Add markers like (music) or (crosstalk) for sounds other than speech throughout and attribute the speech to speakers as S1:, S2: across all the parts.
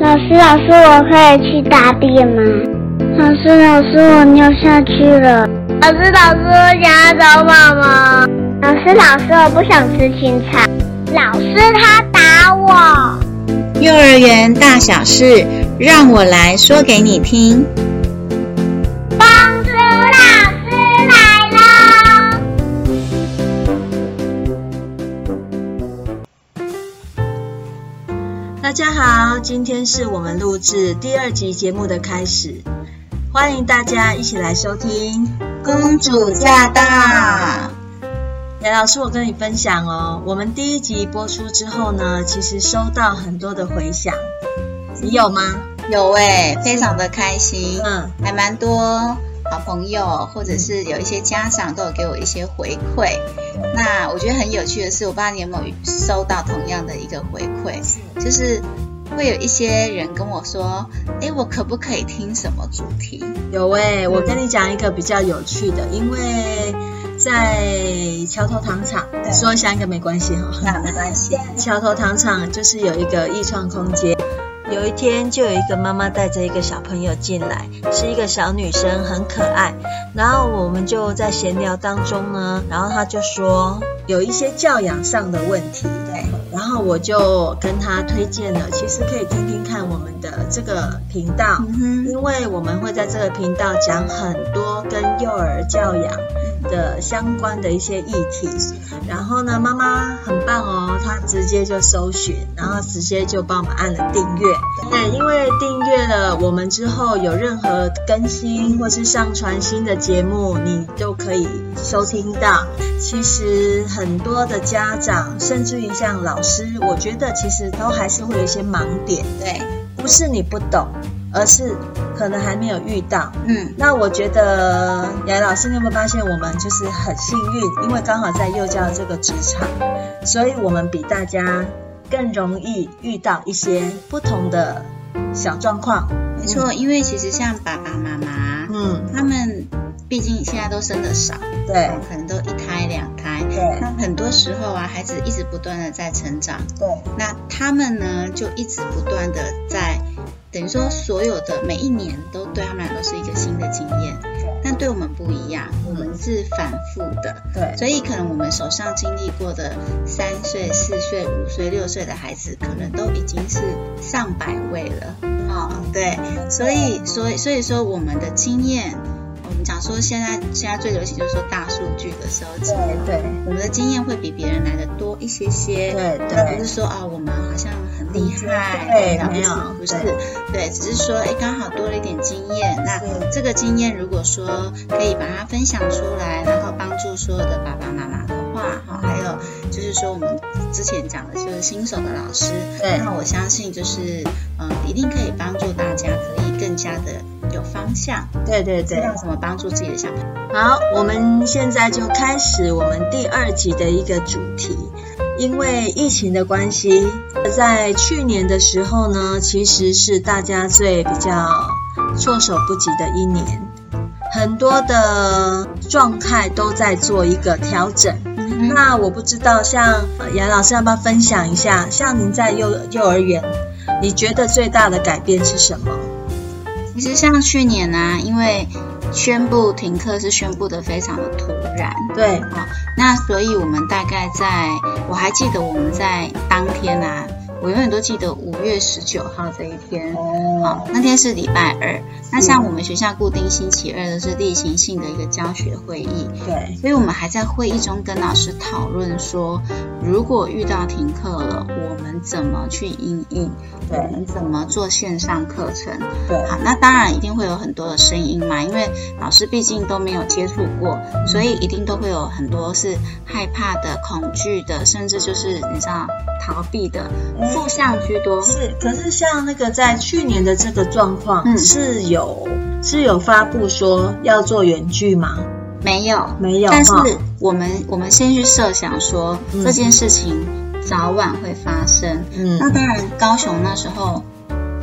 S1: 老师，老师，我可以去大便吗？老师，老师，我尿下去了。老师，老师，我想要找妈妈。老师，老师，我不想吃青菜。老师，他打我。
S2: 幼儿园大小事，让我来说给你听。
S1: 公主老师来了。
S2: 大家好，今天是我们录制第二集节目的开始，欢迎大家一起来收听《公主驾到》。杨老师，我跟你分享哦，我们第一集播出之后呢，其实收到很多的回响，你有吗？
S3: 有哎、非常的开心，
S2: 嗯，
S3: 还蛮多好朋友或者是有一些家长都有给我一些回馈。那我觉得很有趣的是，我不知道你有没有收到同样的一个回馈，就是会有一些人跟我说，诶，我可不可以听什么主题？
S2: 有诶、我跟你讲一个比较有趣的，因为在桥头糖厂，
S3: 对
S2: 说一下应该没关系哈、
S3: 那没关系，
S2: 桥头糖厂就是有一个艺创空间。有一天，就有一个妈妈带着一个小朋友进来，是一个小女生，很可爱。然后我们就在闲聊当中呢，然后她就说有一些教养上的问题，对。然后我就跟她推荐了，其实可以听听看我们的这个频道，
S3: 嗯哼，
S2: 因为我们会在这个频道讲很多跟幼儿教养的相关的一些议题。然后呢，妈妈很棒哦，她直接就搜寻，然后直接就帮我们按了订阅。对，因为订阅了我们之后，有任何更新或是上传新的节目，你都可以收听到。其实很多的家长，甚至于像老师，我觉得其实都还是会有一些盲点。
S3: 对，
S2: 不是你不懂，而是可能还没有遇到。
S3: 嗯，
S2: 那我觉得杨老师，你有没有发现我们就是很幸运，因为刚好在幼教这个职场，所以我们比大家更容易遇到一些不同的小状况。
S3: 没错，因为其实像爸爸妈妈，
S2: 嗯，
S3: 他们毕竟现在都生的少，
S2: 对
S3: 可能都一胎两胎。
S2: 对
S3: 那很多时候啊，孩子一直不断的在成长，
S2: 对
S3: 那他们呢就一直不断的在，等于说所有的每一年都对他们来说是一个新的经验，但对我们不一样，我
S2: 嗯
S3: 们是反复的，
S2: 对
S3: 所以可能我们手上经历过的三岁、四岁、五岁、六岁的孩子，可能都已经是上百位了。
S2: 嗯
S3: 哦，对，所以所以所以说我们的经验，我们讲说现在现在最流行就是说大数据的收集，
S2: 对对
S3: 我们的经验会比别人来的多一些些。
S2: 对
S3: 但不
S2: 对
S3: 是说啊、我们好像很厉害，
S2: 对
S3: 了不
S2: 没
S3: 起
S2: 有
S3: 不是
S2: 对，
S3: 对，只是说，哎，刚好多了一点经验。那
S2: 是
S3: 这个经验如果说可以把它分享出来，然后帮助所有的爸爸妈妈的话，哈，还有就是说我们之前讲的就是新手的老师，
S2: 对
S3: 那我相信就是，嗯、一定可以帮助大家可以更加的有方向，
S2: 对对
S3: 知
S2: 对。
S3: 道怎么帮助自己的小朋友。
S2: 好，我们现在就开始我们第二集的一个主题。因为疫情的关系，在去年的时候呢，其实是大家最比较措手不及的一年，很多的状态都在做一个调整。
S3: 嗯
S2: 那我不知道，像呃杨老师要不要分享一下？像您在幼幼儿园，你觉得最大的改变是什么？
S3: 其实像去年呢、因为宣布停课是宣布的非常的突然，
S2: 对，
S3: 那所以我们大概在，我还记得我们在当天啊，我永远都记得五月十九号这一天。
S2: 哦，
S3: 好，那天是礼拜二。那像我们学校固定星期二的是例行性的一个教学会议，
S2: 对，
S3: 所以我们还在会议中跟老师讨论说，如果遇到停课了，我们怎么去应应，我
S2: 对
S3: 们怎么做线上课程。
S2: 对，
S3: 好，那当然一定会有很多的声音嘛，因为老师毕竟都没有接触过，
S2: 嗯
S3: 所以一定都会有很多是害怕的、恐惧的，甚至就是你知道逃避的，
S2: 嗯
S3: 负向居多。
S2: 是，可是像那个在去年的这个状况，
S3: 嗯
S2: 是有是有发布说要做远距吗？
S3: 没有，
S2: 没有，
S3: 但是
S2: 哈
S3: 我们我们先去设想说、
S2: 嗯
S3: 这件事情早晚会发生。
S2: 嗯
S3: 那当然，高雄那时候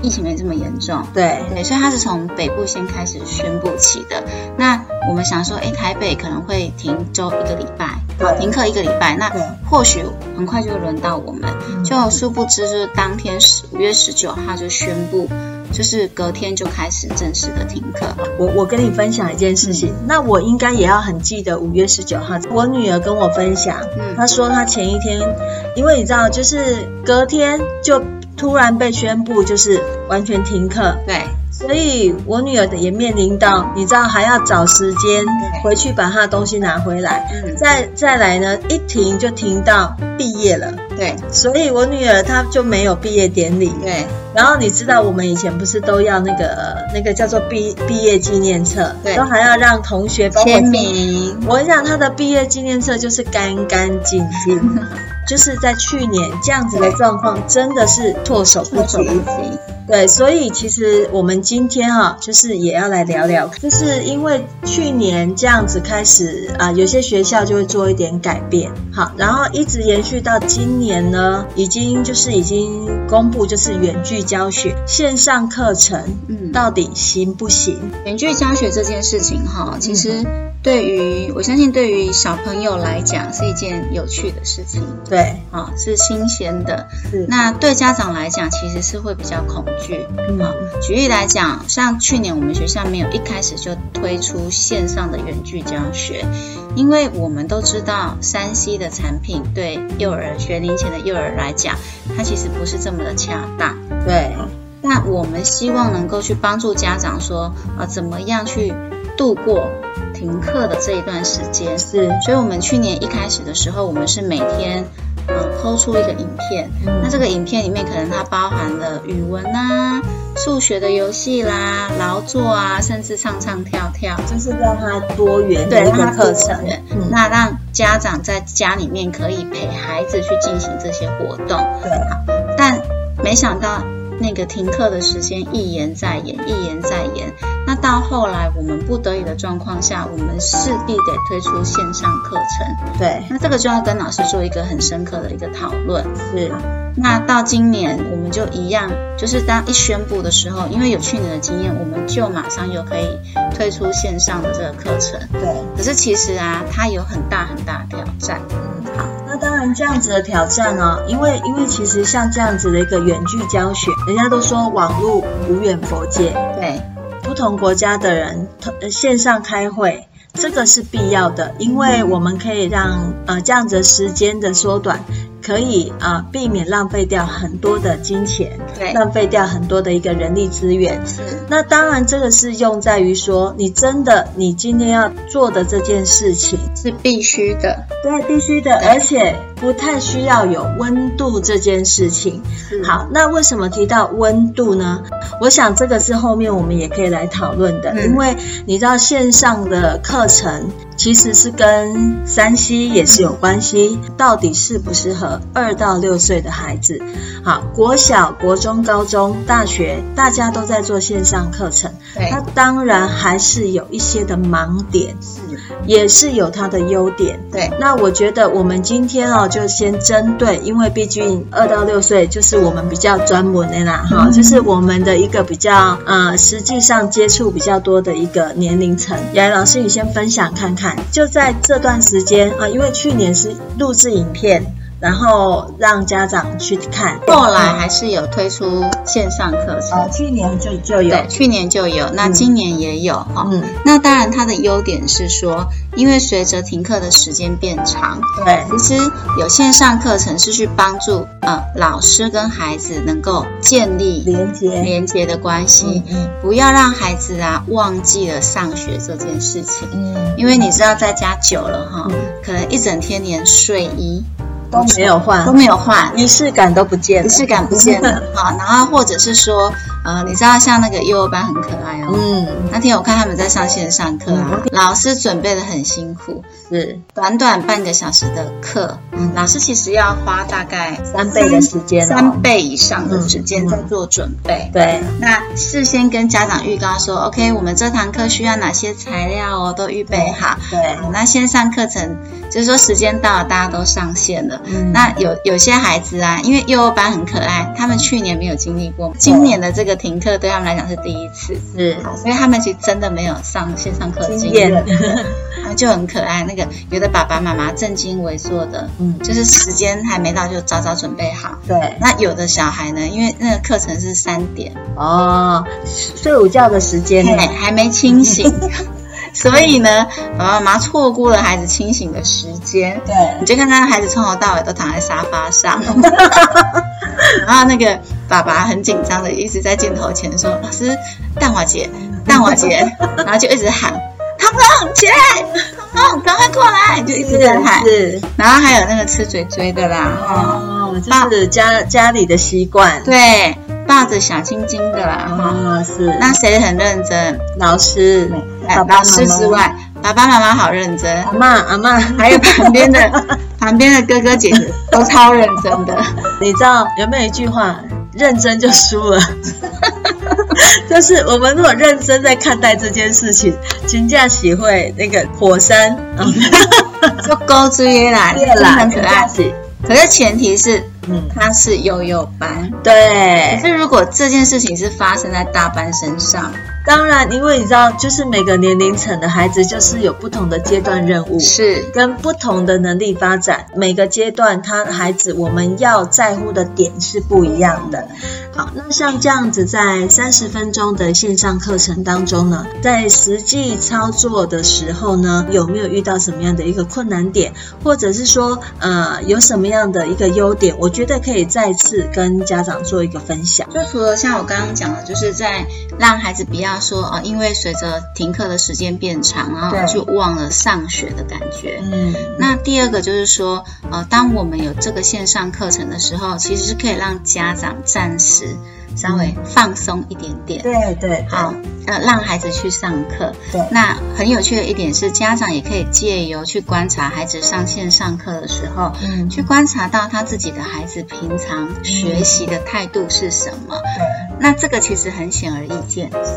S3: 疫情没这么严重。
S2: 对
S3: 对，所以它是从北部先开始宣布起的。那我们想说，哎，台北可能会停周一个礼拜，好，
S2: 对
S3: 停课一个礼拜，那
S2: 对
S3: 或许很快就会轮到我们。
S2: 嗯
S3: 就殊不知，就是当天十五月十九号就宣布，就是隔天就开始正式的停课。
S2: 我我跟你分享一件事情，那我应该也要很记得五月十九号，我女儿跟我分享，
S3: 嗯
S2: 她说她前一天，因为你知道，就是隔天就突然被宣布就是完全停课，
S3: 对
S2: 所以我女儿也面临到，你知道还要找时间
S3: 对
S2: 回去把她的东西拿回来，
S3: 嗯
S2: 再再来呢，一停就停到毕业了，
S3: 对
S2: 所以我女儿她就没有毕业典礼。
S3: 对
S2: 然后你知道我们以前不是都要那个呃那个叫做毕毕业纪念册，
S3: 对
S2: 都还要让同学帮我
S3: 签。名，
S2: 我想他的毕业纪念册就是干干净
S3: (laughs)
S2: 净，就是在去年这样子的状况，真的是措手不
S3: 措手
S2: 及。
S3: 不及。
S2: 对，所以其实我们今天哈、就是也要来聊聊，就是因为去年这样子开始啊、有些学校就会做一点改变，好，然后一直延续到今年呢，已经就是已经公布就是远距教学、线上课程
S3: 嗯，
S2: 到底行不行？
S3: 远距教学这件事情哈，其实对于我相信对于小朋友来讲是一件有趣的事情
S2: 对，
S3: 啊，是新鲜的。
S2: 是，
S3: 那对家长来讲，其实是会比较恐惧。
S2: 嗯，
S3: 举例来讲，像去年我们学校没有一开始就推出线上的远距教学，因为我们都知道三 C 的产品对幼儿学龄前的幼儿来讲，它其实不是这么的恰当。
S2: 对，
S3: 嗯那我们希望能够去帮助家长说，呃，怎么样去度过停课的这一段时间。
S2: 是，
S3: 所以，我们去年一开始的时候，我们是每天，嗯、抠出一个影片，那这
S2: 个
S3: 个影片里面可能它包含了语文啊、数学的游戏啦、劳作啊，甚至唱唱跳跳，
S2: 就是让他多元的
S3: 对，
S2: 一
S3: 让
S2: 个
S3: 它
S2: 课
S3: 多
S2: 程
S3: 元，
S2: 嗯
S3: 那让家长在家里面可以陪孩子去进行这些活动。
S2: 对，
S3: 但没想到那个停课的时间一延再延，一延再延。那到后来，我们不得已的状况下，我们势必得推出线上课程。
S2: 对，
S3: 那这个就要跟老师做一个很深刻的一个讨论。
S2: 是，
S3: 那到今年我们就一样，就是当一宣布的时候，因为有去年的经验，我们就马上又可以推出线上的这个课程。
S2: 对。
S3: 可是其实啊，它有很大很大的挑战。
S2: 那当然，这样子的挑战哦，因为因为其实像这样子的一个远距教学，人家都说网络无远佛界，
S3: 对
S2: 不同国家的人呃线上开会，这个是必要的，因为我们可以让呃这样子的时间的缩短，可以啊、呃避免浪费掉很多的金钱，
S3: 对，
S2: 浪费掉很多的一个人力资源。
S3: 是
S2: 那当然，这个是用在于说，你真的你今天要做的这件事情，
S3: 是必须的。
S2: 对，必须的，而且不太需要有温度这件事情。好，那为什么提到温度呢？我想这个是后面我们也可以来讨论的，
S3: 嗯
S2: 因为你知道线上的课程其实是跟三 C 也是有关系，到底适不适合二到六岁的孩子？好，国小、国中、高中、大学，大家都在做线上课程，
S3: 对
S2: 它当然还是有一些的盲点，
S3: 是，
S2: 也是有它的优点。
S3: 对
S2: 那我觉得我们今天哦，就先针对，因为毕竟二到六岁就是我们比较专门的啦，哈、
S3: 嗯
S2: 就是我们的一个比较呃，实际上接触比较多的一个年龄层。雅兰老师，你先分享看看，就在这段时间啊、呃因为去年是录制影片，然后让家长去看，
S3: 后来还是有推出线上课
S2: 呃，
S3: 程。
S2: 去年就就嗯有，
S3: 对，去年就有，那
S2: 嗯
S3: 今年也有哈。
S2: 嗯，
S3: 那当然，它的优点是说，因为随着停课的时间变长，
S2: 对，
S3: 其实有线上课程是去帮助呃老师跟孩子能够建立
S2: 连接，
S3: 连接的关系
S2: 嗯，嗯
S3: 不要让孩子啊忘记了上学这件事情。
S2: 嗯，
S3: 因为你知道在家久了哈
S2: 嗯，
S3: 可能一整天连睡衣
S2: 都没有
S3: 都
S2: 换，
S3: 没有换，
S2: 仪式感都不见了，
S3: 仪式感不见了，
S2: (laughs)
S3: 哈。然后或者是说，呃，你知道像那个幼儿班很可爱哦。
S2: 嗯，
S3: 那天我看他们在上线上课啊，老师准备的很辛苦，
S2: 是。
S3: 短短半个小时的课，嗯老师其实要花大概
S2: 三倍的时间、哦，
S3: 三倍以上的时
S2: 嗯
S3: 间在做准备。
S2: 对
S3: 那事先跟家长预告说，OK，我们这堂课需要哪些材料哦，都预备好。
S2: 对，
S3: 那线上课程就是说时间到了，大家都上线了。
S2: 嗯
S3: 那有有些孩子啊，因为幼儿班很可爱，他们去年没有经历过，今年的这个停课对他们来讲是第一次，
S2: 是
S3: 好所以他们其实真的没有上线上课的
S2: 经
S3: 经
S2: 验
S3: 验，然后就很可爱。那个有的爸爸妈妈正襟危坐的，
S2: 嗯，
S3: 就是时间还没到就早早准备好。
S2: 对
S3: 那有的小孩呢，因为那个课程是三点，
S2: 哦，睡午觉的时间呢
S3: 还还没
S2: (laughs)
S3: 清醒，所以呢，爸爸妈妈错过了孩子清醒的时间。
S2: 对，
S3: 你就看到孩子从头到尾都躺在沙发上，
S2: 嗯
S3: (laughs) 然后那个爸爸很紧张的一直在镜头前说：“老师，蛋华姐，蛋
S2: (laughs)
S3: 华姐。”然后就一直喊：“唐龙起来，唐龙赶快过来！”就一直在喊。
S2: 是是
S3: 然后还有那个吃嘴嘴的啦，哈、
S2: 哦，就是家家里的习惯，
S3: 对，抱着小青筋的啦，哈、
S2: 哦，是
S3: 那谁很认真？
S2: 老师
S3: 对、
S2: 爸爸妈妈
S3: 老师之外，爸爸妈妈好认真
S2: 阿，妈阿妈，
S3: 还有旁边
S2: (laughs)
S3: 的旁边的哥哥姐姐都超认真的。
S2: 你知道有没有一句话，认真就输了？ (laughs) 就是我们如果认真在看待这件事情，请假喜会那个火山，嗯，
S3: 就勾之于来，真的很可爱。
S2: 喜，
S3: 可是前提是
S2: 嗯，
S3: 他是幼幼班。可
S2: 对，
S3: 是如果这件事情是发生在大班身上，
S2: 当然，因为你知道，就是每个年龄层的孩子，就是有不同的阶段任务。
S3: 是
S2: 跟不同的能力发展，每个阶段他孩子我们要在乎的点是不一样的。好，那像这样子，在三十分钟的线上课程当中呢，在实际操作的时候呢，有没有遇到什么样的一个困难点，或者是说，呃，有什么样的一个优点？我觉得可以再次跟家长做一个分享。
S3: 就除了像我刚刚讲的，就是在让孩子不要说哦，因为随着停课的时间变长，然
S2: 对
S3: 后就忘了上学的感觉。
S2: 嗯，
S3: 那第二个就是说，呃，当我们有这个线上课程的时候，其实是可以让家长暂时稍微放松一点点。
S2: 对对，
S3: 好，呃，让孩子去上课。
S2: 对
S3: 那很有趣的一点是，家长也可以借由去观察孩子上线上课的时候，
S2: 嗯，
S3: 去观察到他自己的孩子平常学习的态度是什么。
S2: 对，
S3: 那这个其实很显而易见，
S2: 是，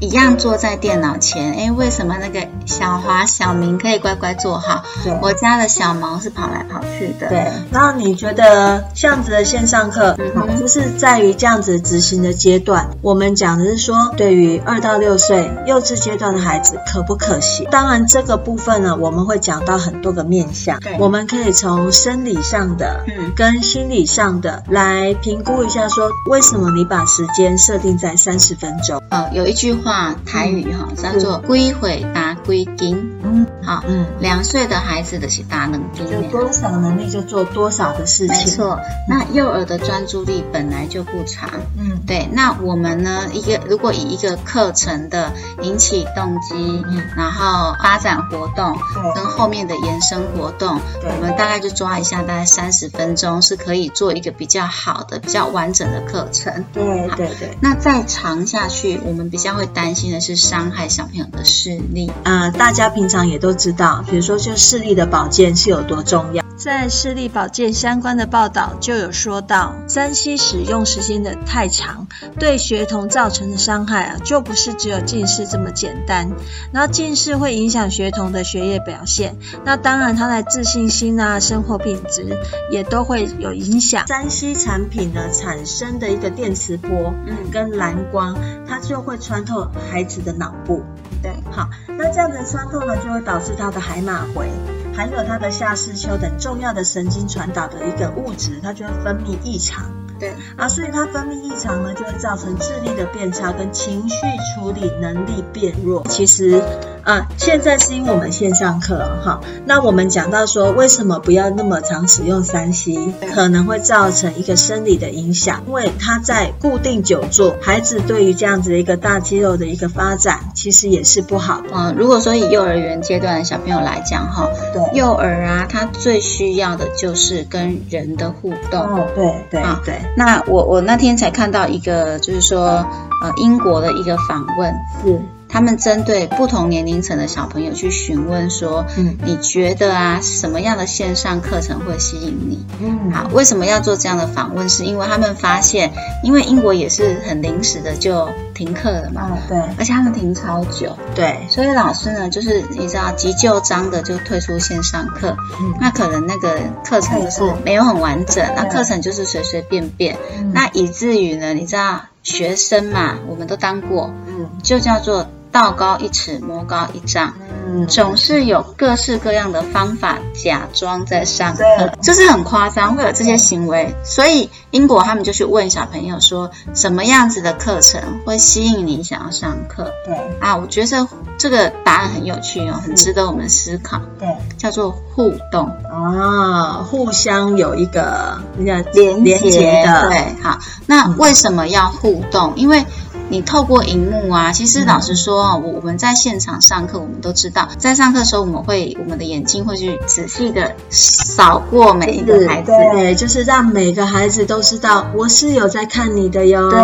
S3: 一样坐在电脑前，诶，为什么那个小华、小明可以乖乖坐好，
S2: 对。
S3: 我家的小毛是跑来跑去的？
S2: 对，然后你觉得这样子的线上课，
S3: 嗯
S2: 好
S3: 哼
S2: 就是在于这样子执行的阶段，我们讲的是说，对于二到六岁幼稚阶段的孩子可不可行？当然这个部分呢，我们会讲到很多个面向
S3: 对，
S2: 我们可以从生理上的。
S3: 嗯，
S2: 跟心理上的来评估一下，说为什么你把时间设定在三十分钟？
S3: 呃，有一句话台语哈、叫做“龟回答龟金
S2: 嗯”，
S3: 好，
S2: 嗯，
S3: 两岁的孩子的是大能金
S2: 有多少能力就做多少的事
S3: 没
S2: 情。，
S3: 错，那幼儿的专注力本来就不长，
S2: 嗯，
S3: 对。那我们呢，一个如果以一个课程的引起动机，
S2: 嗯
S3: 然后发展活动
S2: 对
S3: 跟后面的延伸活动，
S2: 对
S3: 我们大概就抓一下，大概三十分钟是可以做一个比较好的、比较完整的课程。
S2: 对对对。
S3: 那再长下去，我们比较会担心的是伤害小朋友的视力。
S2: 呃，大家平常也都知道，比如说就视力的保健是有多重要。在视力保健相关的报道就有说到，三 C 使用时间的太长，对学童造成的伤害啊，就不是只有近视这么简单。然后近视会影响学童的学业表现，那当然他的自信心啊、生活品质也都会有影响。三 C 产品呢产生的一个电磁波
S3: 嗯，
S2: 跟蓝光，它就会穿透孩子的脑部。
S3: 对，
S2: 好，那这样子穿透呢，就会导致他的海马回，还有他的下视丘等重要的神经传导的一个物质，它就会分泌异常。
S3: 对
S2: 啊，所以它分泌异常呢，就会造成智力的变差跟情绪处理能力变弱。其实，啊，现在是因为我们线上课啊哈、那我们讲到说，为什么不要那么常使用三 C，可能会造成一个生理的影响，因为它在固定久坐，孩子对于这样子的一个大肌肉的一个发展，其实也是不好的。
S3: 嗯，如果说以幼儿园阶段的小朋友来讲哈，
S2: 对，
S3: 幼儿啊，他最需要的就是跟人的互动。
S2: 哦，对对
S3: 啊
S2: 对，
S3: 那我我那天才看到一个，就是说，呃，英国的一个访问，
S2: 是，
S3: 他们针对不同年龄层的小朋友去询问说，
S2: 嗯
S3: 你觉得啊，什么样的线上课程会吸引你？
S2: 嗯，
S3: 好，为什么要做这样的访问？是因为他们发现，因为英国也是很临时的就停课了嘛，
S2: 哦，对
S3: 而且他们停超久，
S2: 对，
S3: 所以老师呢，就是你知道急救章的就退出线上课，
S2: 嗯
S3: 那可能那个课程就是没有很完整，那课程就是随随便便，
S2: 嗯
S3: 那以至于呢，你知道学生嘛，我们都当过，
S2: 嗯
S3: 就叫做道高一尺，魔高一丈，
S2: 嗯，
S3: 总是有各式各样的方法假装在上课
S2: 对，
S3: 就是很夸张，会有这些行为。所以英国他们就去问小朋友说，什么样子的课程会吸引你想要上课
S2: 对
S3: 啊？我觉得这这个答案很有趣哦，
S2: 嗯
S3: 很值得我们思考，
S2: 对
S3: 叫做互动。
S2: 啊，互相有一个那个
S3: 连
S2: 连接的
S3: 对，好，那为什么要互动？因为你透过荧幕啊，其实
S2: 嗯
S3: 老实说啊，我我们在现场上课，我们都知道，在上课的时候，我们会我们的眼睛会去仔细的扫过每一个孩子，
S2: 对，就是让每个孩子都知道我是有在看你的哟。
S3: 对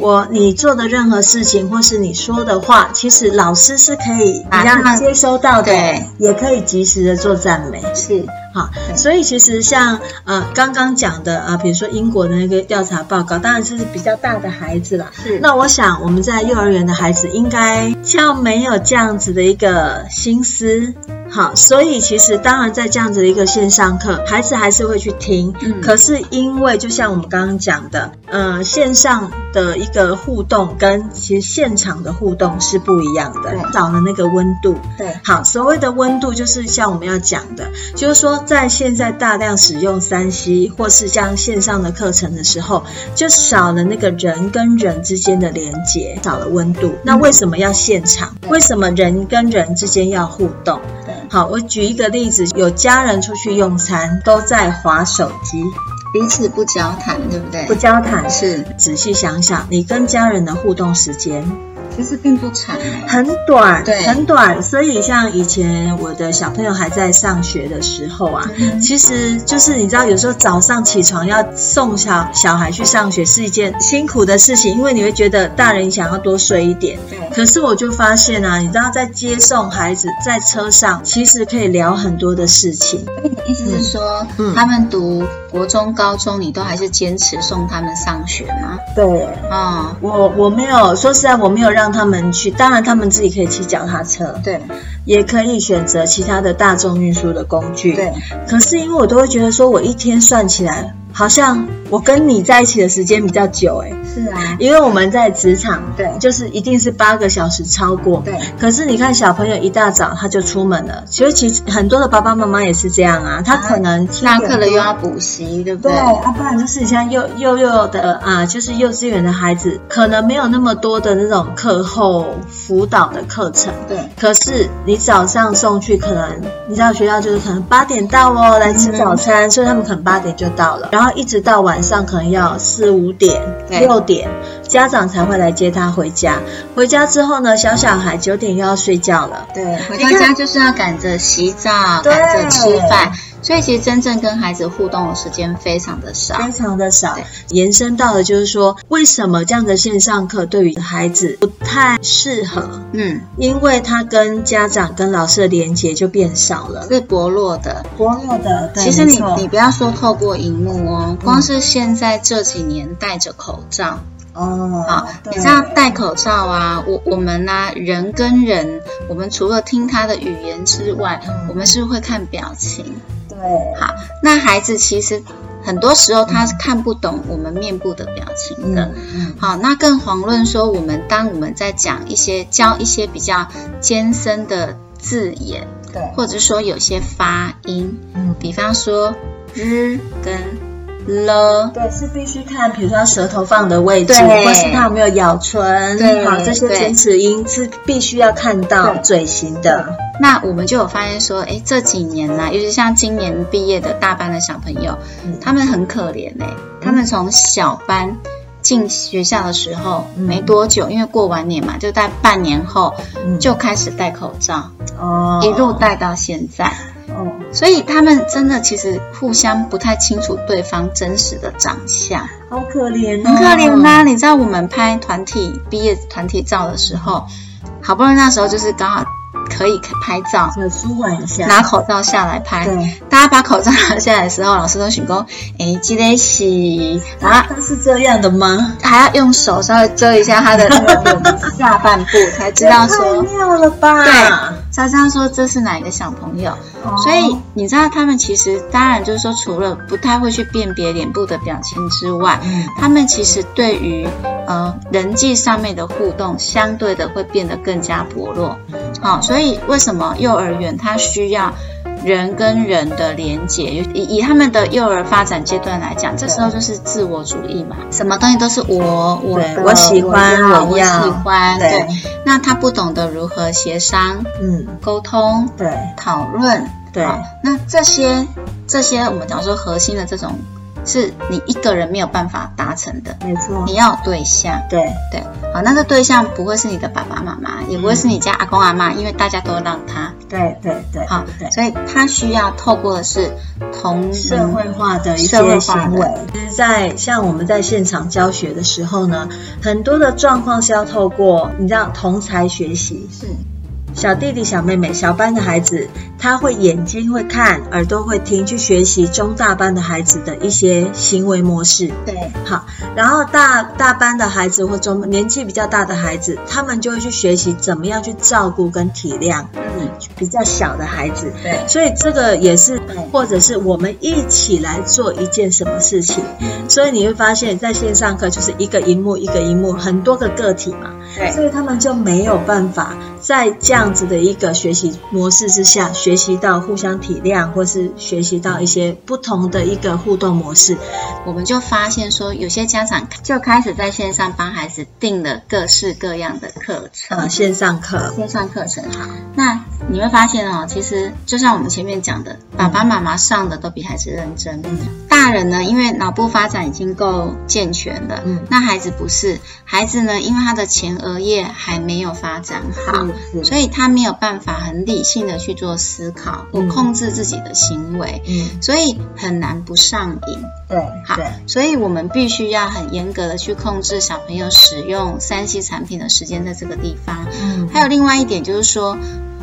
S2: 我你做的任何事情或是你说的话，其实老师是可以
S3: 马
S2: 一
S3: 上
S2: 样接收到的
S3: 对，
S2: 也可以及时的做赞美。
S3: 是，
S2: 好，
S3: 对
S2: 所以其实像呃刚刚讲的啊、呃比如说英国的那个调查报告，当然是比较大的孩子啦。
S3: 是，
S2: 那我想我们在幼儿园的孩子应该较没有这样子的一个心思。好，所以其实当然在这样子的一个线上课，孩子还是会去听。
S3: 嗯
S2: 可是因为就像我们刚刚讲的，嗯，线上的一个互动跟其实现场的互动是不一样的
S3: 对，
S2: 少了那个温度。
S3: 对，
S2: 好，所谓的温度就是像我们要讲的，就是说在现在大量使用三 C 或是像线上的课程的时候，就少了那个人跟人之间的连接，少了温度。那为什么要现场？为什么人跟人之间要互动？
S3: 对，
S2: 好，我举一个例子，有家人出去用餐都在划手机，
S3: 彼此不交谈，对不对？
S2: 不交谈。
S3: 是，
S2: 仔细想想，你跟家人的互动时间
S3: 其实并不长哎，
S2: 很短，
S3: 对
S2: 很短。所以像以前我的小朋友还在上学的时候啊，
S3: 嗯
S2: 其实就是你知道，有时候早上起床要送小小孩去上学是一件辛苦的事情，因为你会觉得大人想要多睡一点。
S3: 对，
S2: 可是我就发现啊，你知道，在接送孩子在车上，其实可以聊很多的事情。
S3: 所以你的意思是说，
S2: 嗯嗯
S3: 他们读国中、高中，你都还是坚持送他们上学吗？
S2: 对，
S3: 哦，
S2: 我我没有说实在，我没有让他们去，当然他们自己可以骑脚踏车，
S3: 对，
S2: 也可以选择其他的大众运输的工具。
S3: 对，
S2: 可是因为我都会觉得说，我一天算起来，好像我跟你在一起的时间比较久、欸，
S3: 是啊，
S2: 因为我们在职场，
S3: 对
S2: 就是一定是八个小时超过。
S3: 对。
S2: 可是你看，小朋友一大早他就出门了，其实其实很多的爸爸妈妈也是这样啊，他可能七点
S3: 下
S2: 多
S3: 课了又要补习，对不
S2: 对
S3: 对？
S2: 啊，不然就是像幼幼幼的啊、就是幼稚园的孩子，可能没有那么多的那种课后辅导的课程。
S3: 对
S2: 可是你早上送去，可能你知道学校就是可能八点到哦，来吃早餐，
S3: 嗯
S2: 所以他们可能八点就到了，然后一直到晚上可能要四五点、
S3: 对
S2: 六点，家长才会来接他回家。回家之后呢，小小孩九点又要睡觉了。
S3: 对，回到家就是要赶着洗澡，
S2: 对
S3: 赶着吃饭，所以其实真正跟孩子互动的时间非常的少。
S2: 非常的少
S3: 对，
S2: 延伸到的就是说，为什么这样的线上课对于孩子不太适合？
S3: 嗯，
S2: 因为他跟家长、跟老师的连接就变少了，
S3: 是薄弱的。
S2: 薄弱的。
S3: 其实你你不要说透过荧幕哦，光是现在这几年戴着口罩，
S2: 哦，
S3: 啊，你知道戴口罩啊，我我们呢、人跟人，我们除了听他的语言之外，
S2: 嗯
S3: 我们是会看表情。
S2: 对，
S3: 好，那孩子其实很多时候他是看不懂我们面部的表情的。
S2: 嗯
S3: 好，那更遑论说我们当我们在讲一些教一些比较艰深的字眼，
S2: 对，
S3: 或者说有些发音，
S2: 嗯，
S3: 比方说日跟了。
S2: 对，是必须看，比如说他舌头放的位置，
S3: 对
S2: 或是他有没有咬唇，
S3: 对
S2: 好，这些
S3: 对
S2: 尖齿音是必须要看到
S3: 对
S2: 嘴型的，
S3: 那我们就有发现说，诶，这几年呢、尤其像今年毕业的大班的小朋友，
S2: 嗯
S3: 他们很可怜哎、他们从小班进学校的时候、
S2: 嗯
S3: 没多久，因为过完年嘛，就在半年后
S2: 嗯
S3: 就开始戴口罩，
S2: 哦
S3: 一路戴到现在。
S2: 哦，
S3: 所以他们真的其实互相不太清楚对方真实的长相，
S2: 好可怜、哦，
S3: 很可怜啊呐、你知道我们拍团体毕业团体照的时候，好不容易那时候就是刚好可以拍照，
S2: 就舒缓一下，
S3: 拿口罩下来拍。
S2: 对，
S3: 大家把口罩拿下来的时候，老师都想讲，哎，记得洗，然后
S2: 他是这样的吗？
S3: 还要用手 (laughs) 稍微遮一下他的那个下半部，才知道
S2: 太
S3: 说
S2: 妙了吧？
S3: 对他知道说这是哪一个小朋友。
S2: 哦
S3: 所以你知道，他们其实当然就是说，除了不太会去辨别脸部的表情之外，
S2: 嗯
S3: 他们其实对于呃人际上面的互动，相对的会变得更加薄弱。
S2: 嗯
S3: 好、所以为什么幼儿园它需要人跟人的连结？以以他们的幼儿发展阶段来讲，这时候就是自我主义嘛，什么东西都是我我
S2: 对
S3: 的
S2: 我喜欢
S3: 我要
S2: 我
S3: 我
S2: 要
S3: 喜欢，
S2: 对
S3: 对。那他不懂得如何协商、
S2: 嗯
S3: 沟通、
S2: 对
S3: 讨论，
S2: 对
S3: 好那这些这些我们讲说核心的这种，是你一个人没有办法达成的，
S2: 没错
S3: 你要有对象。
S2: 对
S3: 对，好，那这对象不会是你的爸爸妈妈，也不会是你家阿公阿妈，因为大家都让他，
S2: 对对对
S3: 好
S2: 对，
S3: 所以他需要透过的是同
S2: 社会化的一
S3: 社会
S2: 些
S3: 化
S2: 行
S3: 的
S2: 为。其实，在像我们在现场教学的时候呢，很多的状况是要透过你知道同才学习，
S3: 是
S2: 小弟弟、小妹妹、小班的孩子，他会眼睛会看，耳朵会听，去学习中大班的孩子的一些行为模式。
S3: 对
S2: 好，然后大大班的孩子或中年纪比较大的孩子，他们就会去学习怎么样去照顾跟体谅
S3: 嗯
S2: 比较小的孩子。
S3: 对
S2: 所以这个也是，或者是我们一起来做一件什么事情。所以你会发现，在线上课就是一个荧幕一个荧幕，很多个个体嘛，
S3: 对
S2: 所以他们就没有办法在这样子的一个学习模式之下，学习到互相体谅，或是学习到一些不同的一个互动模式。
S3: 我们就发现说，有些家长就开始在线上帮孩子定了各式各样的课程，
S2: 呃，线上课，
S3: 线上课程哈，那你会发现哦，其实就像我们前面讲的，爸爸妈妈上的都比孩子认真。
S2: 嗯
S3: 大人呢，因为脑部发展已经够健全了，
S2: 嗯
S3: 那孩子不是，孩子呢，因为他的前额叶还没有发展好，
S2: 是
S3: 所以他没有办法很理性的去做思考或
S2: 嗯
S3: 控制自己的行为，
S2: 嗯，
S3: 所以很难不上瘾。
S2: 对，
S3: 好
S2: 对，
S3: 所以我们必须要很严格的去控制小朋友使用三 C 产品的时间，在这个地方。
S2: 嗯，
S3: 还有另外一点就是说，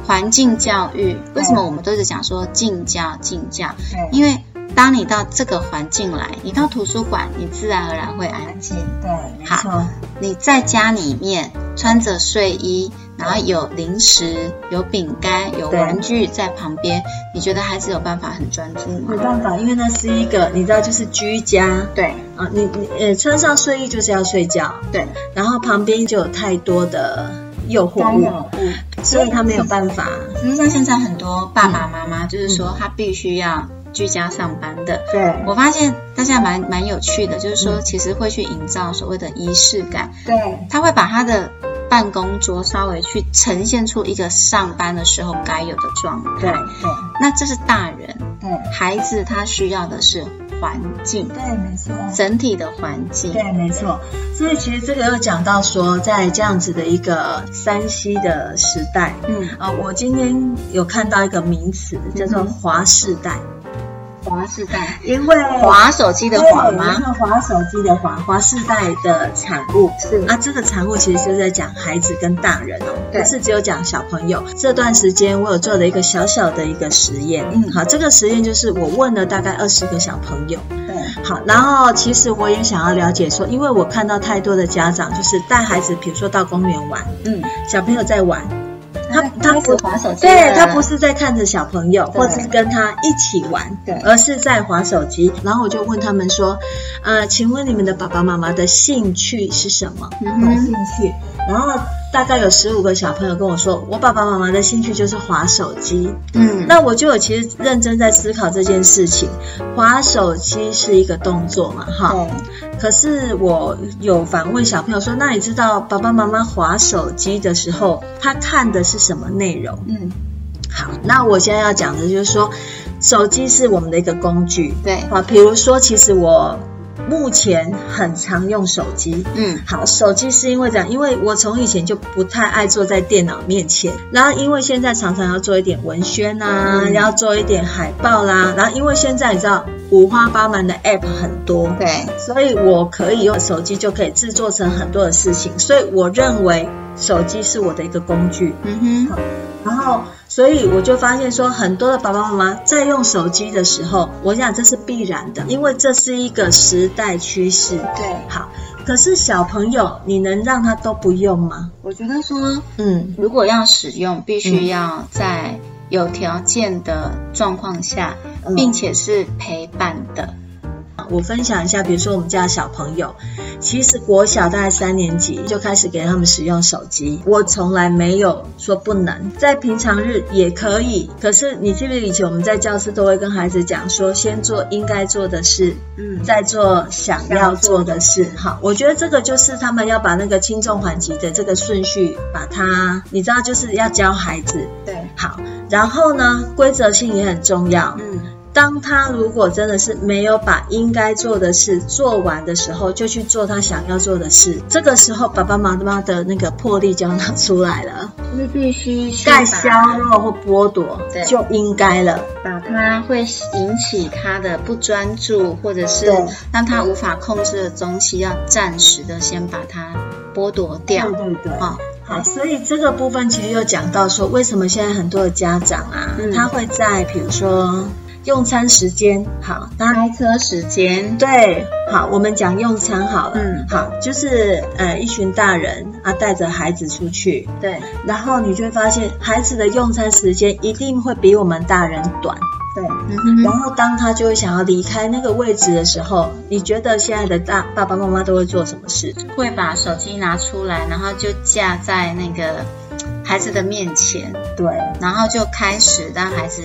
S3: 环境教育，为什么我们都一直讲说敬教敬教？
S2: 对
S3: 因为当你到这个环境来，你到图书馆，你自然而然会安静。
S2: 嗯对，没
S3: 好
S2: 错，
S3: 你在家里面穿着睡衣，然后有零食、有饼干、有
S2: 对
S3: 玩具在旁边，你觉得孩子有办法很专注
S2: 没
S3: 吗？
S2: 办法，因为那是一个你知道，就是居家。
S3: 对
S2: 啊，你你呃穿上睡衣就是要睡觉，
S3: 对，
S2: 然后旁边就有太多的诱惑物，
S3: 嗯
S2: 所以他没有办法。
S3: 实际上现在很多爸爸妈妈就是说，他必须要居家上班的，
S2: 对
S3: 我发现大家蛮蛮有趣的，就是说其实会去营造所谓的仪式感，
S2: 对
S3: 他会把他的办公桌稍微去呈现出一个上班的时候该有的状态。
S2: 对
S3: 那这是大人，
S2: 对
S3: 孩子他需要的是环境，
S2: 对，没错。
S3: 整体的环境。
S2: 对，没错。所以其实这个又讲到说，在这样子的一个山西的时代，
S3: 嗯，
S2: 啊、我今天有看到一个名词叫做“
S3: 嗯哼
S2: 华世代
S3: 滑是在”，
S2: 因为
S3: 滑手机的滑
S2: 对然后
S3: 吗？
S2: 滑手机的滑，滑世代的产物是啊，这个产物其实就是在讲孩子跟大人哦，
S3: 对
S2: 不是只有讲小朋友。这段时间我有做了一个小小的一个实验，
S3: 嗯
S2: 好，这个实验就是我问了大概二十个小朋友，
S3: 对
S2: 好，然后其实我也想要了解说，因为我看到太多的家长就是带孩子，比如说到公园玩，
S3: 嗯，
S2: 小朋友在玩，他
S3: 他
S2: 他
S3: 开始
S2: 不。
S3: 滑手机了，
S2: 对他不是在看着小朋友，
S3: 对
S2: 或是跟他一起玩，
S3: 对
S2: 而是在划手机。然后我就问他们说，呃，请问你们的爸爸妈妈的兴趣是什么？
S3: 嗯
S2: 有
S3: 哼
S2: 兴趣。然后大概有十五个小朋友跟我说，我爸爸妈妈的兴趣就是划手机。
S3: 嗯，
S2: 那我就有其实认真在思考这件事情，划手机是一个动作嘛，哈。可是我有反问小朋友说，那你知道爸爸妈妈划手机的时候，他看的是什么内容？
S3: 对嗯
S2: 好，那我现在要讲的就是说，手机是我们的一个工具。
S3: 对
S2: 好，比如说，其实我目前很常用手机。
S3: 嗯
S2: 好，手机是因为这样，因为我从以前就不太爱坐在电脑面前，然后因为现在常常要做一点文宣啊，
S3: 嗯
S2: 要做一点海报啦，然后因为现在你知道五花八门的 app 很多，
S3: 对
S2: 所以我可以用手机就可以制作成很多的事情，所以我认为手机是我的一个工具。
S3: 嗯哼
S2: 然后，所以我就发现说，很多的爸爸妈妈在用手机的时候，我想这是必然的，因为这是一个时代趋势。
S3: 对
S2: 好，可是小朋友，你能让他都不用吗？
S3: 我觉得说，
S2: 嗯，
S3: 如果要使用，必须要在有条件的状况下，
S2: 嗯
S3: 并且是陪伴的。
S2: 我分享一下，比如说我们家的小朋友，其实国小大概三年级就开始给他们使用手机，我从来没有说不能，在平常日也可以。可是你记不记得以前我们在教室都会跟孩子讲说，先做应该做的事，
S3: 嗯
S2: 再做想要做的事。好，我觉得这个就是他们要把那个轻重缓急的这个顺序，把它，你知道，就是要教孩子
S3: 对，
S2: 好。然后呢，规则性也很重要。
S3: 嗯，
S2: 当他如果真的是没有把应该做的事做完的时候，就去做他想要做的事，这个时候爸爸妈妈的那个魄力就要拿出来了，
S3: 就是必须去
S2: 该
S3: 把
S2: 削弱或剥夺
S3: 对
S2: 就应该了。
S3: 把它会引起他的不专注，或者是
S2: 对
S3: 让他无法控制的东西，要暂时的先把它剥夺掉。
S2: 对对。
S3: 哦，
S2: 好，所以这个部分其实又讲到说，为什么现在很多的家长啊，
S3: 嗯
S2: 他会在比如说用餐时间，好，那
S3: 开车时间，
S2: 对，好，我们讲用餐好了，
S3: 嗯
S2: 好，就是呃一群大人啊带着孩子出去，
S3: 对
S2: 然后你就会发现，孩子的用餐时间一定会比我们大人短。
S3: 对，嗯哼
S2: 然后当他就会想要离开那个位置的时候，你觉得现在的大爸爸妈妈都会做什么事？
S3: 会把手机拿出来，然后就架在那个孩子的面前，
S2: 对，
S3: 然后就开始让孩子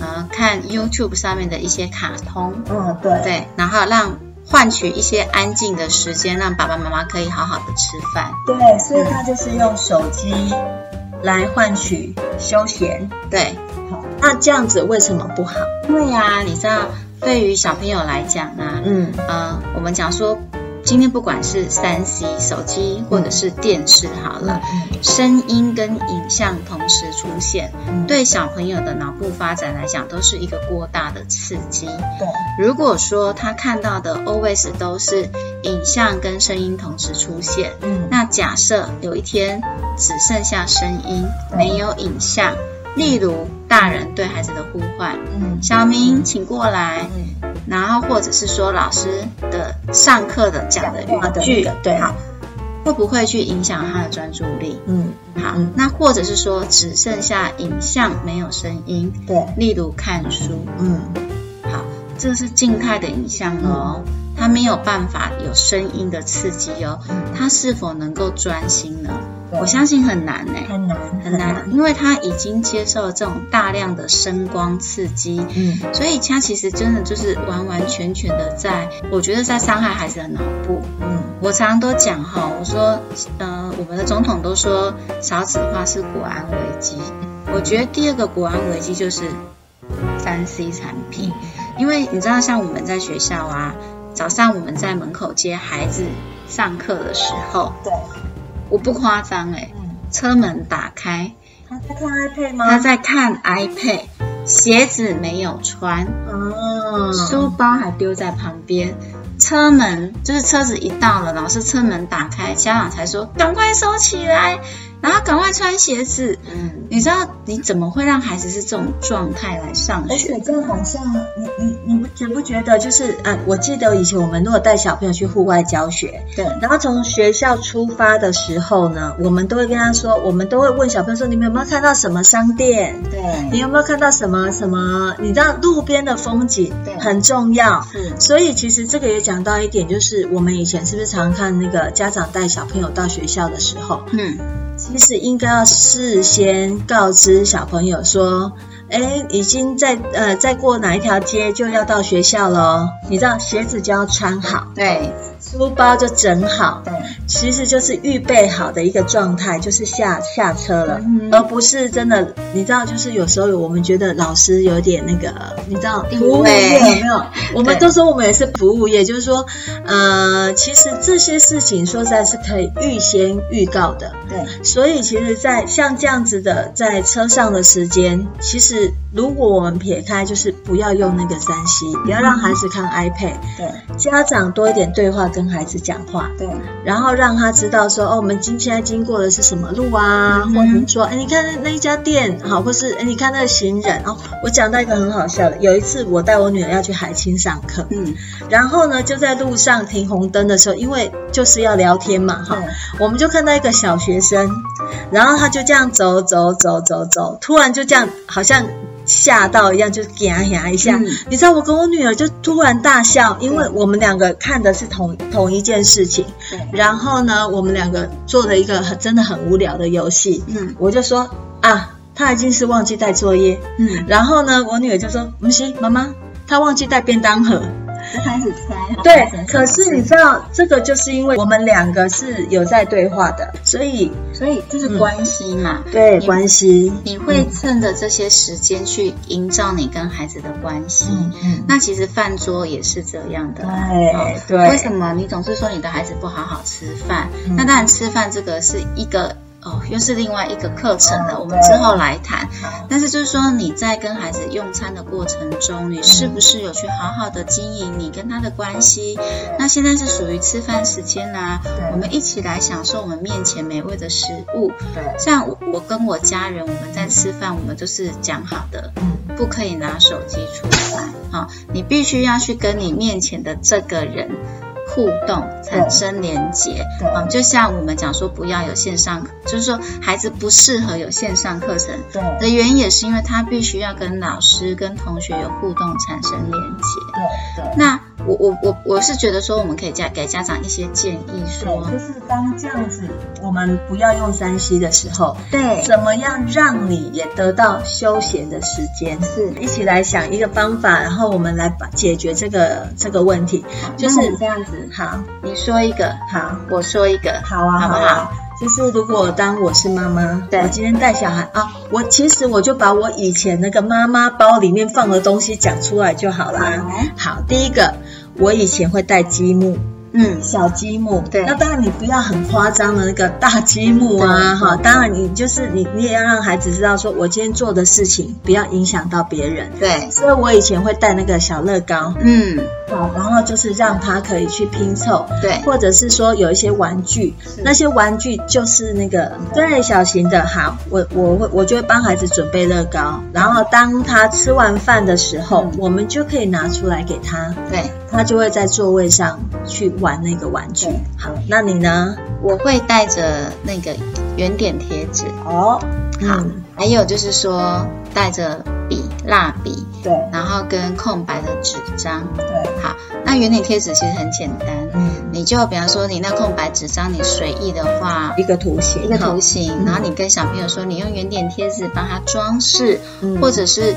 S3: 呃看 YouTube 上面的一些卡通，
S2: 嗯，对，
S3: 对，然后让换取一些安静的时间，让爸爸妈妈可以好好的吃饭。
S2: 对，所以他就是用手机来换取休闲。
S3: 对，
S2: 好，那这样子为什么不好？
S3: 对呀、你知道，对于小朋友来讲啊，
S2: 嗯，
S3: 呃，我们讲说，今天不管是三 C 手机或者是电视好
S2: 嗯
S3: 了，声音跟影像同时出现，
S2: 嗯，
S3: 对小朋友的脑部发展来讲，都是一个过大的刺激。
S2: 对，
S3: 如果说他看到的 always 都是影像跟声音同时出现，
S2: 嗯，
S3: 那假设有一天只剩下声音，
S2: 对
S3: 没有影像，例如大人对孩子的呼唤。
S2: 嗯，
S3: 小明，请过来。
S2: 嗯，
S3: 然后或者是说老师的上课的讲的
S2: 讲话的
S3: 语句
S2: 那个，对
S3: 好，会不会去影响他的专注力？
S2: 嗯，
S3: 好
S2: 嗯，
S3: 那或者是说只剩下影像没有声音，
S2: 对，
S3: 例如看书，
S2: 嗯，
S3: 好，这是静态的影像哦，
S2: 嗯
S3: 它没有办法有声音的刺激哦，它是否能够专心呢？
S2: 对
S3: 我相信很难呢、
S2: 很难，
S3: 很难，，因为他已经接受了这种大量的声光刺激，
S2: 嗯，
S3: 所以他其实真的就是完完全全的在，我觉得在伤害孩子的脑部。
S2: 嗯，
S3: 我常常都讲哈，我说，呃，我们的总统都说少子化是国安危机，我觉得第二个国安危机就是三 C 产品，因为你知道，像我们在学校啊，早上我们在门口接孩子上课的时候，
S2: 对，
S3: 我不夸张诶、欸
S2: 嗯。
S3: 车门打开，
S2: 他在看 iPad 吗？
S3: 他在看 iPad，鞋子没有穿，
S2: 哦，
S3: 书包还丢在旁边。车门就是车子一到了，老师车门打开，家长才说赶快收起来，然后赶快穿鞋子。
S2: 嗯，
S3: 你知道你怎么会让孩子是这种状态来上
S2: 而
S3: 学？
S2: 且这好像你你你们觉不觉得就是啊？我记得以前我们如果带小朋友去户外教学，
S3: 对
S2: 然后从学校出发的时候呢，我们都会跟他说，我们都会问小朋友说，你们有没有看到什么商店？你
S3: 对
S2: 有没有看到什么什么？你知道路边的风景
S3: 对
S2: 很重要。
S3: 是
S2: 所以其实这个也讲到一点，就是我们以前是不是常看那个家长带小朋友到学校的时候，
S3: 嗯
S2: 其实应该要事先告知小朋友说，哎，已经在呃再过哪一条街就要到学校喽。你知道鞋子就要穿好，
S3: 对
S2: 书包就整好，
S3: 对
S2: 其实就是预备好的一个状态，就是下下车了，
S3: 嗯
S2: 而不是真的，你知道，就是有时候有我们觉得老师有点那个，你知道，
S3: 定位
S2: 服务业有没
S3: (laughs)
S2: 有？我们都说我们也是服务业，就是说，呃，其实这些事情说实在是可以预先预告的，
S3: 对
S2: 所以其实，在像这样子的在车上的时间，其实如果我们撇开，就是不要用那个三 C，不要让孩子看 iPad，
S3: 对
S2: 家长多一点对话跟跟孩子讲话，
S4: 对，
S2: 然后让他知道说，哦，我们今现在经过的是什么路啊，
S4: 嗯
S2: 或者是说，哎，你看那那一家店，好，或是哎，你看那个行人哦。我讲到一个很好笑的，有一次我带我女儿要去海清上课，
S3: 嗯，
S2: 然后呢就在路上停红灯的时候，因为就是要聊天嘛，
S3: 嗯
S2: 哈，我们就看到一个小学生，然后他就这样走走走走走，突然就这样好像吓到一样，就呀呀一下。
S3: 嗯
S2: 你知道我跟我女儿就突然大笑，因为我们两个看的是同同一件事情。
S3: 对，
S2: 然后呢，我们两个做了一个很真的很无聊的游戏，
S3: 嗯
S2: 我就说啊，他一定是忘记带作业。
S3: 嗯，
S2: 然后呢，我女儿就说：“不行，妈妈，她忘记带便当盒。”
S3: 就开始猜了。
S2: 对，可是你知道，这个就是因为我们两个是有在对话的，所以
S3: 所以这是关系嘛，
S2: 对
S3: 你
S2: 关系，
S3: 你会趁着这些时间去营造你跟孩子的关系。
S2: 嗯嗯，
S3: 那其实饭桌也是这样的啊。哦
S2: 哎对
S3: 为什
S2: 对，
S3: 么你总是说你的孩子不好好吃饭？
S2: 嗯
S3: 那当然，吃饭这个是一个哦，又是另外一个课程了，
S2: 嗯
S3: 我们之后来谈。但是就是说，你在跟孩子用餐的过程中，你是不是有去好好的经营你跟他的关系？那现在是属于吃饭时间啦、我们一起来享受我们面前美味的食物。
S2: 对
S3: 像我，我跟我家人，我们在吃饭，我们都是讲好的，
S2: 嗯
S3: 不可以拿手机出来，哈、你必须要去跟你面前的这个人互动，产生连结，
S2: 对
S3: 啊、就像我们讲说不要有线上，就是说孩子不适合有线上课程
S2: 对
S3: 的原因，也是因为他必须要跟老师、跟同学有互动，产生连结。
S4: 对
S3: 那我我我我是觉得说，我们可以家给家长一些建议说，
S2: 对，就是当这样子，我们不要用三 C 的时候，
S3: 对，
S2: 怎么样让你也得到休闲的时间？
S3: 是
S2: 一起来想一个方法，然后我们来把解决这个这个问题。就是
S3: 那我们这样子，
S2: 好，
S3: 你说一个，
S2: 好。
S3: 我说一个，
S2: 好啊，
S3: 好不
S2: 好
S3: 好
S2: 啊。就是如果当我是妈妈，
S3: 对
S2: 我今天带小孩啊，我其实我就把我以前那个妈妈包里面放的东西讲出来就好啦。好，第一个，我以前会带积木，
S3: 嗯，
S2: 小积木，
S3: 对
S2: 那当然你不要很夸张的那个大积木啊，
S3: 对
S2: 哈，当然你就是你你也要让孩子知道说，我今天做的事情不要影响到别人。
S3: 对，
S2: 所以我以前会带那个小乐高，
S3: 嗯，
S2: 好，然后就是让他可以去拼凑，
S3: 对，
S2: 或者是说有一些玩具，那些玩具就是那个对小型的，好，我我会我就会帮孩子准备乐高，然后当他吃完饭的时候，
S3: 嗯
S2: 我们就可以拿出来给他，
S3: 对，
S2: 他就会在座位上去玩那个玩具。好，那你呢？
S3: 我会带着那个圆点贴纸，
S2: 哦，
S3: 好
S2: 嗯，
S3: 还有就是说带着笔、蜡笔，
S2: 对
S3: 然后跟空白的纸张。
S2: 对，
S3: 好，那圆点贴纸其实很简单，
S2: 嗯，
S3: 你就比方说你那空白纸张，你随意的画
S2: 一个图形，
S3: 一个图
S2: 形，
S3: 形，
S2: 嗯
S3: 然后你跟小朋友说，你用圆点贴纸帮他装饰，
S2: 嗯
S3: 或者是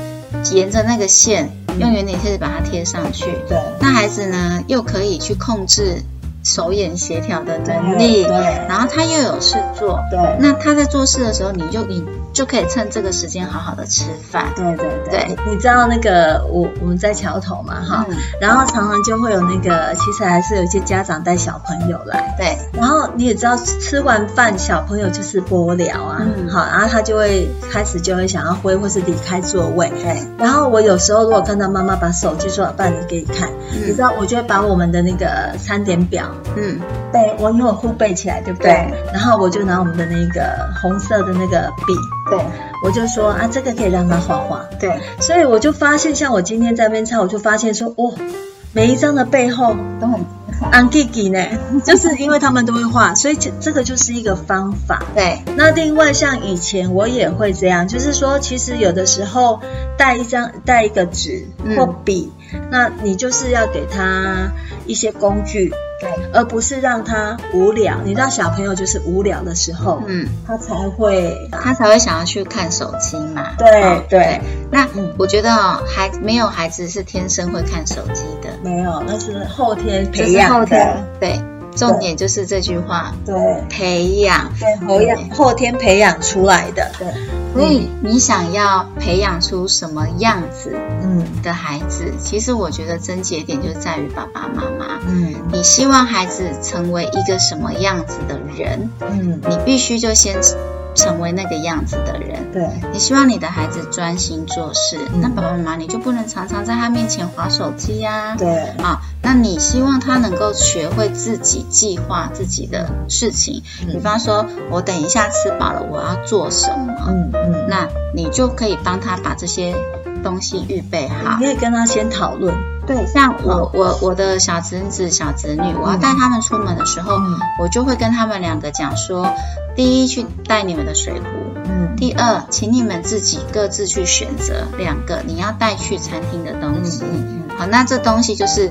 S3: 沿着那个线用圆点贴纸把它贴上去。
S2: 对
S3: 那孩子呢，又可以去控制手眼协调的能
S2: 对
S3: 力，
S2: 对
S3: 然后他又有事做。
S2: 对
S3: 那他在做事的时候，你就你就可以趁这个时间好好的吃饭。
S2: 对对
S3: 对，
S2: 你知道那个我我们在桥头嘛哈，
S3: 嗯，
S2: 然后常常就会有那个，其实还是有一些家长带小朋友来。
S3: 对
S2: 然后你也知道，吃完饭小朋友就是无聊啊，
S3: 嗯
S2: 好，然后他就会开始就会想要挥或是离开座位。
S3: 对，
S2: 然后我有时候如果看到妈妈把手机做好饭你给你看，你知
S3: 嗯
S2: 道我就会把我们的那个餐点表
S3: 嗯，
S2: 背，我因为我护背起来，对不对？
S3: 对
S2: 然后我就拿我们的那个红色的那个笔，
S3: 对
S2: 我就说啊，这个可以让他画画。
S3: 嗯对
S2: 所以我就发现，像我今天在那边抄，我就发现说，哦，每一张的背后
S3: 都很
S2: 安吉吉呢，就是因为他们都会画，所以这这个就是一个方法。
S3: 对
S2: 那另外像以前我也会这样，就是说，其实有的时候带一张带一个纸
S3: 嗯
S2: 或笔，那你就是要给他一些工具，
S3: 对，
S2: 而不是让他无聊。你知道小朋友就是无聊的时候，
S3: 嗯，
S2: 他才会
S3: 他才会想要去看手机嘛。
S2: 对
S3: 哦
S2: 对，
S3: 那
S2: 嗯
S3: 我觉得哦，孩没有孩子是天生会看手机的，
S2: 没有，那是后天
S3: 这
S2: 培
S3: 是后
S2: 养
S3: 天
S2: 的，
S3: 对，重点就是这句话，
S2: 对。
S3: 培养。
S2: 对，后养后天培养出来的，
S3: 所以嗯你想要培养出什么样子
S2: 嗯
S3: 的孩子，其实我觉得症结点就在于爸爸妈妈。
S2: 嗯
S3: 你希望孩子成为一个什么样子的人，
S2: 嗯，
S3: 你必须就先成为那个样子的人。
S2: 对，
S3: 你希望你的孩子专心做事，
S2: 嗯
S3: 那爸爸妈妈你就不能常常在他面前划手机呀、
S2: 对，
S3: 啊，那你希望他能够学会自己计划自己的事情，
S2: 嗯
S3: 比方说，我等一下吃饱了我要做什么，
S2: 嗯嗯，
S3: 那你就可以帮他把这些东西预备好
S2: 你。可以跟他先讨论。
S3: 对，像我我我的小侄子小侄女，我要带他们出门的时候，
S2: 嗯
S3: 我就会跟他们两个讲说，第一去带你们的水壶，
S2: 嗯
S3: 第二，请你们自己各自去选择两个你要带去餐厅的东西。
S2: 嗯
S3: 好，那这东西就是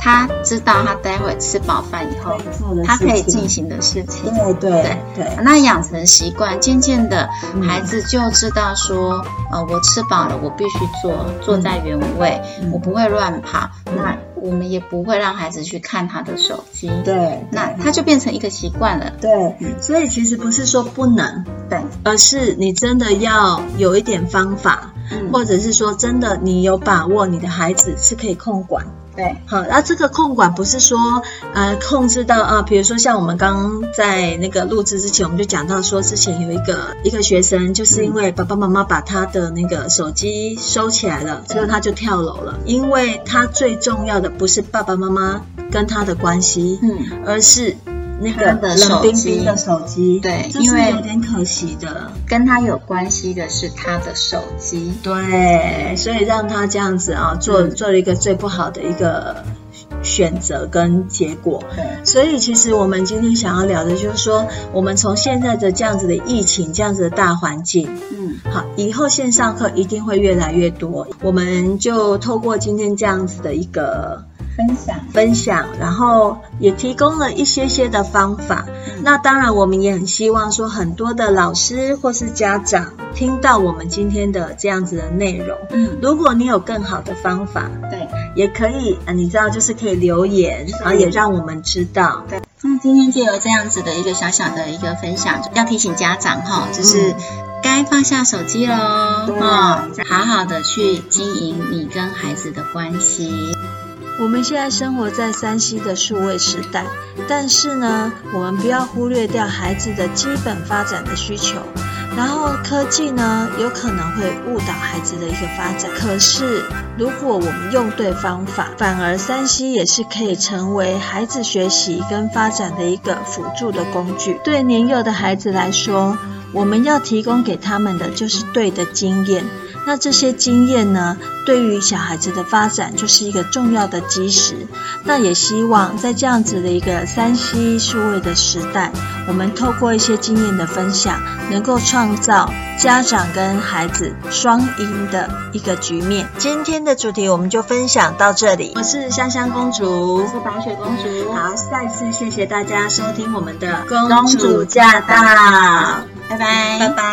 S3: 他知道他待会吃饱饭以后，
S2: 嗯，
S3: 他可以进。行的事情。
S2: 对对对，
S3: 那养成习惯，渐渐的
S2: 嗯
S3: 孩子就知道说，呃，我吃饱了，我必须坐坐在原位，
S2: 嗯
S3: 我不会乱跑。
S2: 嗯
S3: 那我们也不会让孩子去看他的手机。
S2: 对，
S3: 那他就变成一个习惯了。
S2: 对，所以其实不是说不能，
S3: 对，
S2: 而是你真的要有一点方法，
S3: 嗯，
S2: 或者是说真的你有把握，你的孩子是可以控管。
S3: 对，
S2: 好，那这个控管不是说呃控制到啊，比如说像我们刚刚在那个录制之前，我们就讲到说，之前有一个一个学生，就是因为爸爸妈妈把他的那个手机收起来了，
S3: 对
S2: 所以他就跳楼了，因为他最重要的不是爸爸妈妈跟他的关系，
S3: 嗯，
S2: 而是那
S3: 他
S2: 个
S3: 的
S2: 冷冰
S3: 手机
S2: 冰的手机，
S3: 对
S2: 这是
S3: 因为
S2: 有点可惜的。
S3: 跟他有关系的是他的手机。
S2: 对，所以让他这样子啊，做、
S3: 嗯
S2: 做了一个最不好的一个选择跟结果。
S3: 对，
S2: 所以，其实我们今天想要聊的就是说，我们从现在的这样子的疫情、这样子的大环境，
S3: 嗯，
S2: 好，以后线上课一定会越来越多。我们就透过今天这样子的一个
S3: 嗯分享。
S2: 分享，然后也提供了一些些的方法。那当然，我们也很希望说，很多的老师或是家长听到我们今天的这样子的内容，
S3: 嗯，
S2: 如果你有更好的方法，
S3: 对。
S2: 也可以，呃、你知道，就是可以留言，然后也让我们知道。
S3: 那今天借由这样子的一个小小的一个分享，要提醒家长哈，就是
S2: 嗯
S3: 该放下手机喽，
S2: 对
S3: 哈、好好的去经营你跟孩子的关系。
S2: 我们现在生活在山西的数位时代，但是呢，我们不要忽略掉孩子的基本发展的需求。然后科技呢，有可能会误导孩子的一个发展。可是，如果我们用对方法，反而山西也是可以成为孩子学习跟发展的一个辅助的工具。对年幼的孩子来说，我们要提供给他们的就是对的经验。那这些经验呢，对于小孩子的发展就是一个重要的基石。那也希望在这样子的一个三 C 数位的时代，我们透过一些经验的分享，能够创造家长跟孩子双赢的一个局面。今天的主题我们就分享到这里。我是香香公主
S3: 我。是白雪公主，
S2: 好，再次谢谢大家收听我们的
S3: 公主
S2: 驾到，
S3: 拜拜，
S2: 拜拜。